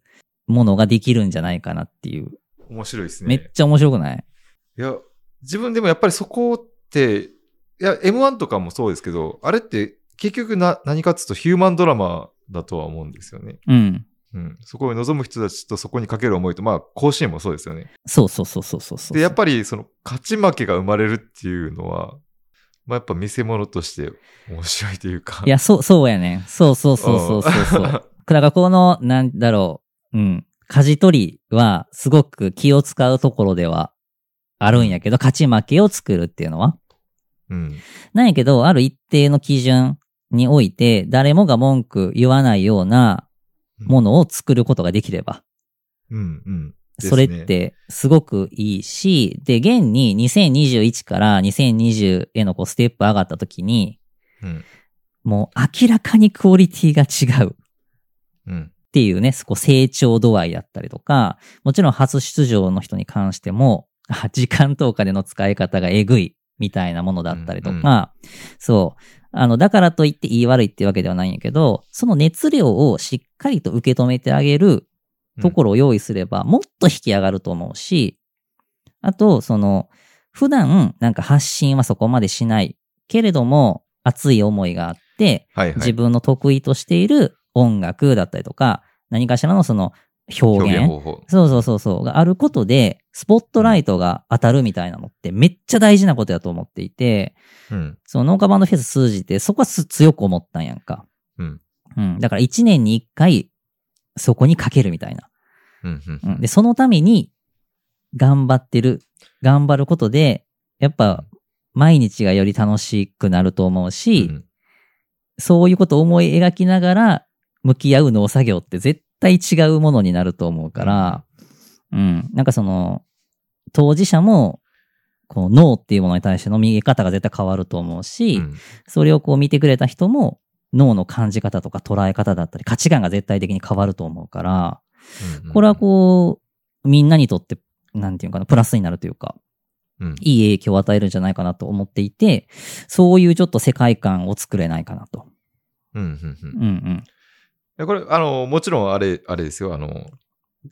S2: ものができるんじゃないかなっていう。
S1: 面白いですね。
S2: めっちゃ面白くない
S1: いや、自分でもやっぱりそこって、いや、M1 とかもそうですけど、あれって結局な何かっつうとヒューマンドラマだとは思うんですよね。
S2: うん。
S1: うん。そこを望む人たちとそこにかける思いと、まあ、甲子園もそうですよね。
S2: そうそうそうそうそうそう。
S1: で、やっぱりその勝ち負けが生まれるっていうのは、まあ、やっぱ見せ物として面白いというか。
S2: いや、そう、そうやね。そうそうそうそうそうそう。 だからこの、なんだろう、うん。舵取りは、すごく気を使うところではあるんやけど、勝ち負けを作るっていうのは。
S1: うん。
S2: なんやけど、ある一定の基準において、誰もが文句言わないようなものを作ることができれば、
S1: うん、うん。
S2: それっ
S1: です
S2: てすごくいいし、で、現に2021から2020へのこうステップ上がった時に、
S1: うん。
S2: もう明らかにクオリティが違うっ
S1: うん。
S2: ていうね、そこ成長度合いだったりとか、もちろん初出場の人に関しても、あ時間とお金の使い方がえぐいみたいなものだったりとか、そう。あの、だからといって言い悪いってわけではないんやけど、その熱量をしっかりと受け止めてあげるところを用意すれば、もっと引き上がると思うし、あと、その、普段、なんか発信はそこまでしない。けれども、熱い思いがあって、
S1: はいはい。
S2: 自分の得意としている音楽だったりとか、何かしらのその表
S1: 表現
S2: 現。
S1: 方法。
S2: そうそうそうそう、があることで、スポットライトが当たるみたいなのってめっちゃ大事なことだと思っていて、
S1: うん。
S2: その農家バンドフェス通じて、そこはす強く思ったんやんか。
S1: うん。
S2: うん。だから一年に一回、そこにかけるみたいな。
S1: うんうん
S2: うんで、そのために、頑張ってる、頑張ることで、やっぱ、毎日がより楽しくなると思うし、
S1: うん
S2: そういうことを思い描きながら、向き合う農作業って絶対違うものになると思うから、うん、なんかその、当事者も、こう、脳っていうものに対しての見え方が絶対変わると思うし、
S1: うん
S2: それをこう見てくれた人も、脳の感じ方とか捉え方だったり、価値観が絶対的に変わると思うから、
S1: うん
S2: これはこう、みんなにとって、なんていうのかな、プラスになるというか、
S1: うん、
S2: いい影響を与えるんじゃないかなと思っていて、そういうちょっと世界観を作れないかなと。
S1: うんうんうん
S2: うんう
S1: い
S2: ん。
S1: やこれ、あの、もちろんあれ、あれですよ、あの、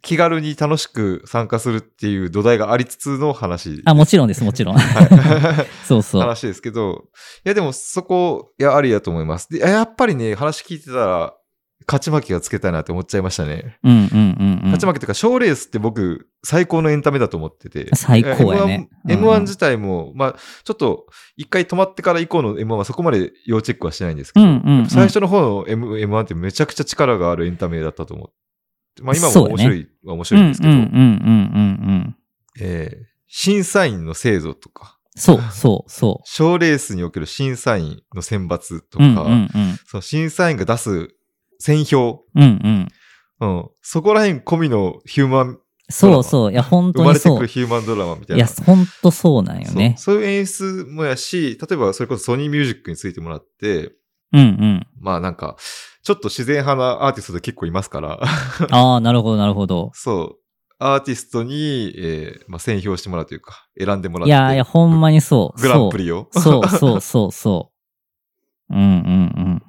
S1: 気軽に楽しく参加するっていう土台がありつつの話。
S2: あ、もちろんです、もちろん。
S1: はい
S2: そうそ う。
S1: 話ですけど、いや、でもそこ、いや、ありやと思います。で、いややっぱりね、話聞いてたら、勝ち負けがつけたいなって思っちゃいましたね。
S2: うんうんうんうん。
S1: 勝ち負けというか、賞レースって僕、最高のエンタメだと思ってて。
S2: 最高やね
S1: M1,
S2: うんうん
S1: M1 自体も、まあ、ちょっと、一回止まってから以降の M1 はそこまで要チェックはしてないんですけ
S2: う
S1: ど、
S2: んうん、うん。
S1: 最初の方の M M1 ってめちゃくちゃ力があるエンタメだったと思う。まあ今
S2: そ
S1: も
S2: うやね
S1: 面白いは面白いんですけど、
S2: うんうんうんうんうん。
S1: えー審査員の制度とか、
S2: そうそうそ
S1: 賞レースにおける審査員の選抜と
S2: う。う
S1: か、
S2: んうんうん。
S1: その審査員が出す選票、
S2: うんうん。
S1: うん、そこら辺込みのヒューマン、
S2: そうそう。いや、本
S1: 生
S2: 当
S1: ま
S2: に
S1: れて
S2: そ
S1: く
S2: う
S1: る。ヒューマンドラマみたい
S2: いや
S1: な。、
S2: 本当そうなんよ
S1: そう
S2: ね。
S1: そういう演出もやし、例えばそれこそソニーミュージックについてもらって、
S2: うんうん。
S1: まあなんか、ちょっと自然派なアーティストで結構いますから、
S2: ああ、なるほど、なるほど。
S1: そう。アーティストに、えーまあ、選票してもらうというか、選んでもらっ
S2: い
S1: て。
S2: やいや、ほんまにそう。
S1: グランプ
S2: リ。
S1: リを。
S2: そうそうそうそう。うんうんうん。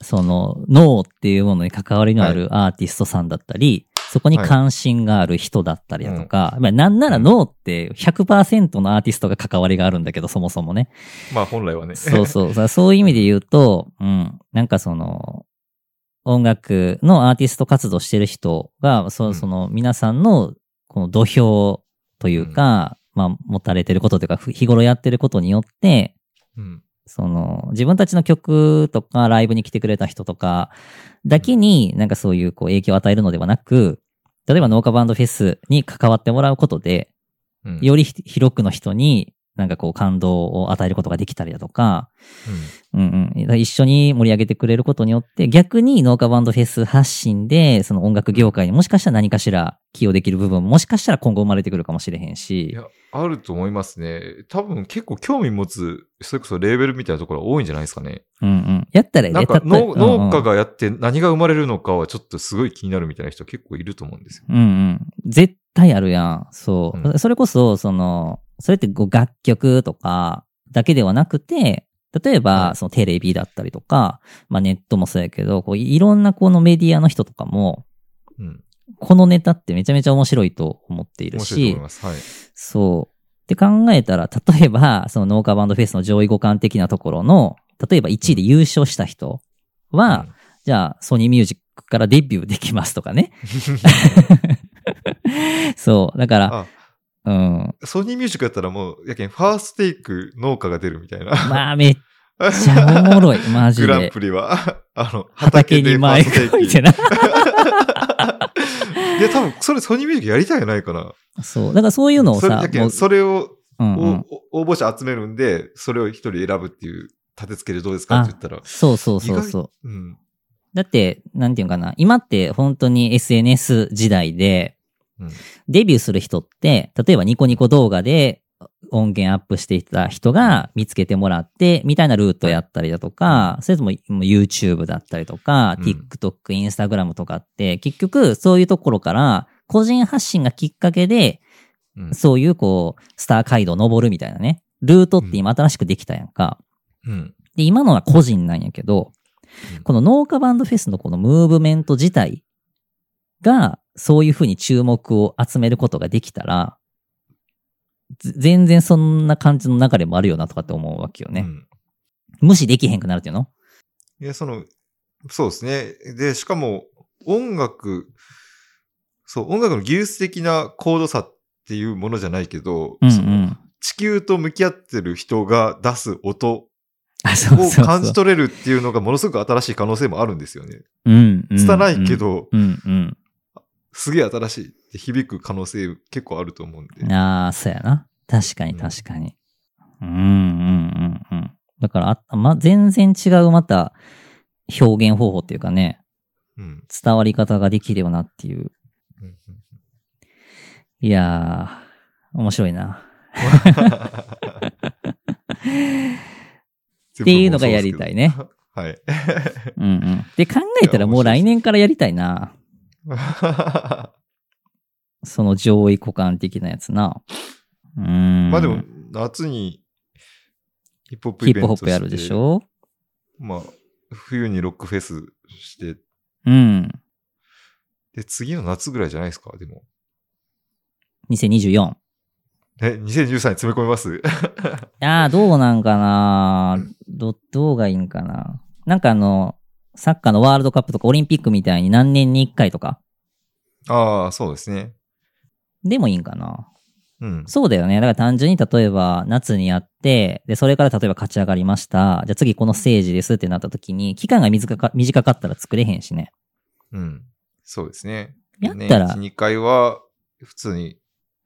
S2: その、脳っていうものに関わりのあるアーティストさんだったり、そこに関心がある人だったりだとか、まあなんなら脳って100%のアーティストが関わりがあるんだけど、そもそも ね。
S1: まあ本来はね。
S2: そうそう。さそういう意味で言うと、うん、なんかその、音楽のアーティスト活動してる人が、
S1: う
S2: そ
S1: ん
S2: その皆さんのこの土俵というか、まあ持たれてることというか、ふ日頃やってることによって、
S1: うん。
S2: その自分たちの曲とかライブに来てくれた人とかだけになんかそういうこう影響を与えるのではなく、例えば農家バンドフェスに関わってもらうことで、
S1: うん。
S2: よりひ広くの人になんかこう感動を与えることができたりだとか、うんうん。一緒に盛り上げてくれることによって、逆に農家バンドフェス発信で、その音楽業界にもしかしたら何かしら寄与できる部分も、もしかしたら今後生まれてくるかもしれへん
S1: い
S2: し。
S1: や、あると思いますね。多分結構興味持つ、それこそレーベルみたいなところは多いんじゃないですかね。
S2: うんうん。やったら
S1: なん
S2: や
S1: か
S2: ったら
S1: 農農家。がやって何が生まれるのかはちょっとすごい気になるみたいな人結構いると思うんですよ。
S2: うんうんうんうん。絶対あるやん。そう。
S1: う
S2: それこそ、その、それってこう楽曲とかだけではなくて、例え
S1: は
S2: ば、
S1: い
S2: そのテレビだったりとか、まあネットもそうやけど、こういろんなこのメディアの人とかも、
S1: うん。
S2: このネタってめちゃめちゃ面白いと思っている
S1: 面
S2: し、
S1: 白いと思います。はい。
S2: そう。って考えたら、例えば、その農家バンドフェスの上位互換的なところの、例えば1位で優勝した人は、
S1: うん
S2: じゃあ、ソニーミュージックからデビューできますとか ね。そう。だから、
S1: あ、
S2: うん。
S1: ソニーミュージックやったらもう、やけん、ファーストテイク農家が出るみたいな。
S2: まあ、めっちゃお もろい。マジ
S1: グラン
S2: で。
S1: プリは、 あの、
S2: 畑
S1: フ
S2: に
S1: ァー
S2: 前
S1: ストテイ
S2: こ
S1: ク
S2: いてな。
S1: いや、多分、それソニーミュージックやりたいんじゃないかな。
S2: そう。だからそういうのを
S1: それ
S2: さ
S1: だ、け
S2: もう
S1: それを、
S2: うんうん、
S1: お応募者集めるんで、それを一人選ぶっていう立て付けでどうですかって言ったら、
S2: そうそうそうそう。
S1: うん。
S2: だって、なんていうのかな、今って本当に SNS 時代で、
S1: うん
S2: デビューする人って、例えばニコニコ動画で音源アップしていた人が見つけてもらって、みたいなルートやったりだとか、それとももう YouTube だったりとか、
S1: うん
S2: TikTok、Instagram とかって、結局そういうところから、個人発信がきっかけで、
S1: うん
S2: そういうこう、スター街道登るみたいなね、ルートって今新しくできたやんか。
S1: うん。
S2: で、今のは個人なんやけど、
S1: うん
S2: この農家バンドフェスのこのムーブメント自体が、そういうふうに注目を集めることができたら、ぜ全然そんな感じの流れもあるよなとかって思うわけよ
S1: う
S2: ね。
S1: ん
S2: 無視できへんくなるっていうの
S1: いや、その、そうですね。で、しかも、音楽、そう、音楽の技術的な高度差っていうものじゃないけど、
S2: うんう
S1: その
S2: ん。
S1: 地球と向き合ってる人が出す音
S2: あ、 そうそう
S1: を
S2: そう。
S1: 感じ取れるっていうのがものすごく新しい可能性もあるんですよね。
S2: うんうんうん
S1: 拙いけ。ど、
S2: うんうん。
S1: すげえ新しいって響く可能性結構あると思うんで。
S2: ああ、そうやな。確かに
S1: うん
S2: 確かに。うん、うん、うん、うん。だから、あま、全然違うまた表現方法っていうかね、
S1: うん。
S2: 伝わり方ができるよなっていう。
S1: うんうん
S2: いやー、面白 いな。
S1: って
S2: いうのがやりたいね。
S1: はい。
S2: うんうん。で、考えたらもう来年からやりたいな。その上位互換的なやつな。うーん。
S1: まあでも、、夏にヒップホップ
S2: ヒ
S1: イ
S2: ッ
S1: ベン
S2: プ
S1: ト
S2: ホ
S1: し
S2: ッ
S1: て
S2: プやるでしょ
S1: まあ、冬にロックフェスして、
S2: うん。
S1: で、次の夏ぐらいじゃないですか、でも。
S2: 2024。
S1: え、2013に詰め込みます
S2: いやー、どうなんかなど、どうがいいんかななんかあの、サッカーのワールドカップとかオリンピックみたいに何年に1回とか
S1: ああ、そうですね。
S2: でもいいんかな
S1: うん。
S2: そうだよね。だから単純に例えば夏にやって、で、それから例えば勝ち上がりました。じゃあ次このステージですってなった時に、期間が短か短かったら作れへんしね。
S1: うん。そうですね。
S2: やったら、
S1: ね、1、2回は普通に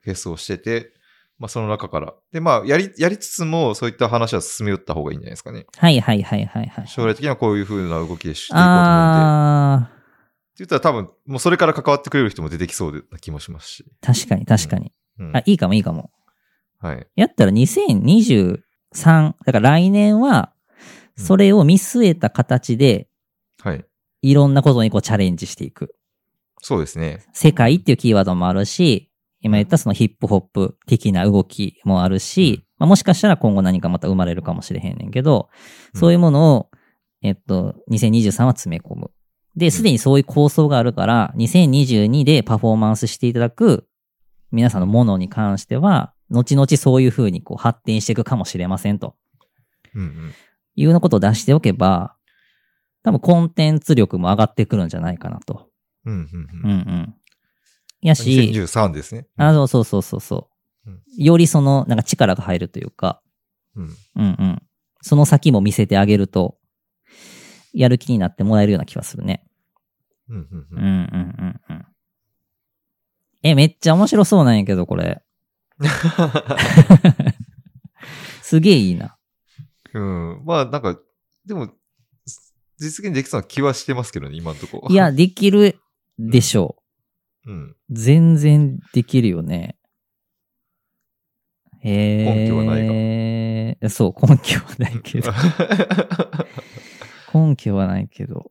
S1: フェスをしてて、まあその中から。で、まあやり、やりつつもそういった話は進め寄った方がいいんじゃないですかね。
S2: はいはいはいはいはい。
S1: 将来的にはこういう風な動きでしていこうと思うんで。
S2: あ
S1: って言ったら多分、もうそれから関わってくれる人も出てきそうな気もしますし。
S2: ー、確かに確かに。
S1: うん、
S2: あ、いいかもいいかも。
S1: はい。
S2: やったら2023、だから来年は、それを見据えた形で、
S1: はい。
S2: いろんなことにこうチャレンジしていく。
S1: そうですね。
S2: 世界っていうキーワードもあるし、今言ったそのヒップホップ的な動きもあるし、まあ、もしかしたら今後何かまた生まれるかもしれへんねんけど、
S1: うん
S2: そういうものを、えっと、2023は詰め込む。で、すでにそういう構想があるから、2022でパフォーマンスしていただく皆さんのものに関しては、後々そういうふうにこう発展していくかもしれませんと
S1: うんうん。
S2: いうようなことを出しておけば、多分コンテンツ力も上がってくるんじゃないかなと。
S1: うんうん
S2: う
S1: うん。
S2: うんん。やし、
S1: 2013ですね。
S2: あ、そうそうそうそうそう
S1: うん。
S2: よりその、なんか力が入るというか、
S1: うん。
S2: うんうん。その先も見せてあげると、やる気になってもらえるような気がするね。
S1: うんうん
S2: う
S1: うんん
S2: うんうんうん。え、めっちゃ面白そうなんやけど、これ。すげえいいな。
S1: うん。まあなんか、でも、実現できそうな気はしてますけどね、今のところ。
S2: いや、、できるでしょ
S1: うん。
S2: う。全然できるよね。えー、
S1: 根拠はないが
S2: が。そう、根拠はないけど。根拠はないけど。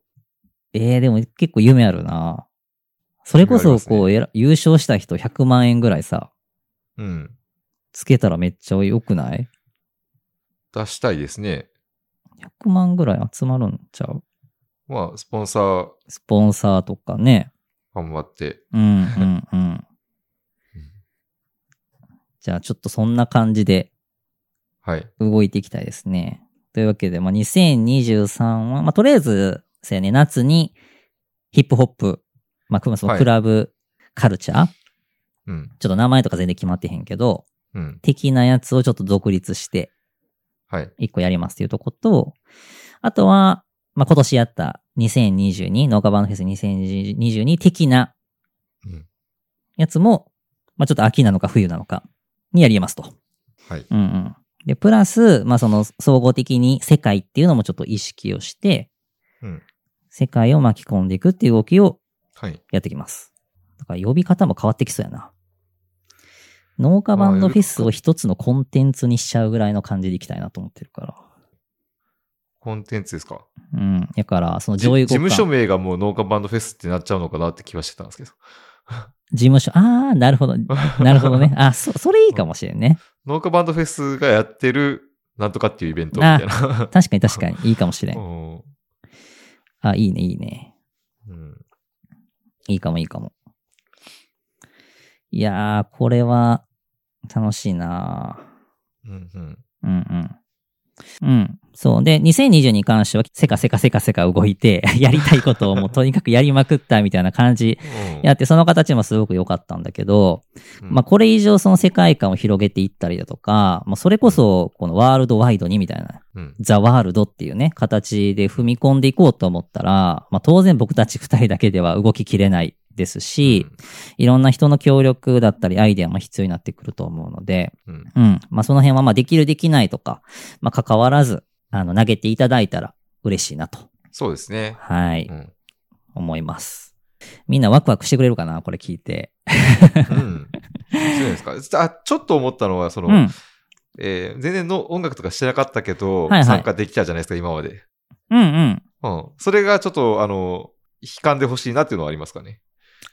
S2: ええでも結構夢あるな。それこ
S1: 夢あ
S2: そ、
S1: りますね
S2: こう、えら優勝した人100万円ぐらいさ、
S1: うん。
S2: つけたらめっちゃ良くない
S1: 出したいですね。
S2: ?100 万ぐらい集まるんちゃう
S1: まあ、スポンサー
S2: スポンサーとかね。
S1: 頑張って。
S2: うん、うん、 うん。じゃあ、ちょっとそんな感じで
S1: はい。
S2: 動いていきたいですね。というわけで、まあ、2023は、まあ、とりあえず、そうやね、夏にヒップホップ、まあ、くまその
S1: はい
S2: クラブカルチャー、
S1: うん。
S2: ちょっと名前とか全然決まってへんけど、
S1: うん。
S2: 的なやつをちょっと独立して、
S1: はい。
S2: 一個やりますっていうとこと、あとは、まあ、今年やった2022、農家バンドフェス2022的な
S1: うん
S2: やつも、まあ、ちょっと秋なのか冬なのかにやりますと。
S1: はい。
S2: うんうん。で、プラス、まあ、その総合的に世界っていうのもちょっと意識をして、
S1: うん
S2: 世界を巻き込んでいくっていう動きを
S1: はい。
S2: やってきます。だから呼び方も変わってきそうやな。農家バンドフェスを一つのコンテンツにしちゃうぐらいの感じでいきたいなと思ってるから。
S1: コンテンツですか。
S2: うん。だから、その
S1: じ
S2: 上位
S1: 事
S2: 互換
S1: 務所名がもう農家バンドフェスってなっちゃうのかなって気はしてたんですけど。
S2: 事務所。ああ、なるほ ど。なるほどね。あ、そ、それいいかもしれんね。
S1: 農家バンドフェスがやってるなんとかっていうイベントみたいな。
S2: 確かに確かに。いいかもしれん。
S1: うん
S2: あ、いいね、いいね。
S1: うん。
S2: いいかも、いいかも。いやー、これは、楽しいな
S1: うんうん。
S2: うんうん。うん。そう。で、2020に関しては、せかせかせかせか動いて、 やりたいことをもうとにかくやりまくったみたいな感じ
S1: うん
S2: やって、その形もすごく良かったんだけど、
S1: うん
S2: まあこれ以上その世界観を広げていったりだとか、まあそれこそこのワールドワイドにみたいな、
S1: うん
S2: ザ・ワールドっていうね、形で踏み込んでいこうと思ったら、まあ当然僕たち二人だけでは動ききれないですし、いろんな人の協力だったりアイデアも必要になってくると思うので、
S1: うん
S2: うん。まあその辺はまあできるできないとか、まあ関わらず、あの、投げていただいたら嬉しいなと、
S1: そうですね。
S2: はい、
S1: うん。
S2: 思います。みんなワクワクしてくれるかなこれ聞いて。
S1: うん。そうですか。あ、ちょっと思ったのは、その、
S2: うん。
S1: えー全然の音楽とかしてなかったけど、
S2: はいはい
S1: 参加できたじゃないですか、今まで。
S2: うんうん。
S1: うん。それがちょっと、あの、悲観でほしいなっていうのはありますかね。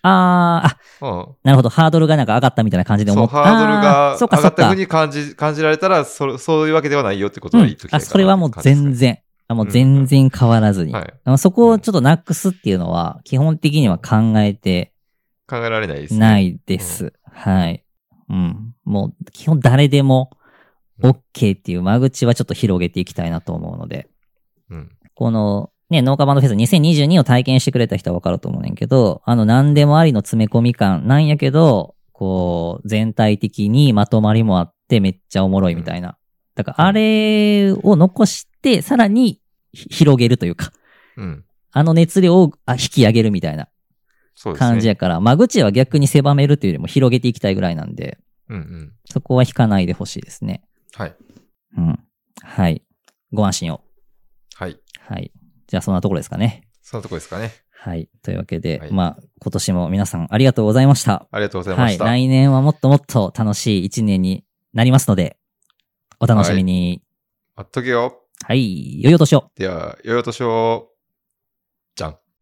S2: あー、あ、
S1: うん。
S2: なるほど。ハードルがなんか上がったみたいな感じで
S1: そ
S2: 思
S1: う、
S2: った。
S1: ハードル
S2: あ
S1: が
S2: ーそ
S1: 上
S2: うか
S1: が
S2: そ
S1: っ
S2: った
S1: ふ
S2: か
S1: う。に感じ、感じられたら、そ、そういうわけではないよってこと
S2: う
S1: は言っ
S2: ん
S1: とき、たい
S2: あ
S1: かな
S2: それはもう全然、あもう全然変わらずに、
S1: はい。
S2: あそこをちょっとなくすっていうのは、基本的には考えて
S1: 考えられないです、ね。
S2: ないです。はい。うん。もう、基本誰でも
S1: うん
S2: OK っていう間口はちょっと広げていきたいなと思うので、
S1: うん。
S2: この、ね、農家バンドフェス2022を体験してくれた人はわかると思うねんけど、あの、何でもありの詰め込み感なんやけど、こう、全体的にまとまりもあってめっちゃおもろいみたいな。だから、あれを残して、さらにひ広げるというか、
S1: うん。
S2: あの熱量をあ引き上げるみたいな
S1: そうですね。
S2: 感じやから、間口は逆に狭めるというよりも広げていきたいぐらいなんで、
S1: うんうん。
S2: そこは引かないでほしいですね。
S1: はい。
S2: うん。はい。ご安心を。
S1: はい。
S2: はい。じゃあ、そんなところですかね。
S1: そんなとこですかね。
S2: はい。というわけで、
S1: はい
S2: まあ、今年も皆さんありがとうございました。
S1: ありがとうございま
S2: は
S1: し
S2: い。
S1: た。
S2: 来年はもっともっと楽しい一年になりますので、お楽しみに。
S1: 待っとけよ。
S2: はい。良いお年を。
S1: では、良いお年を。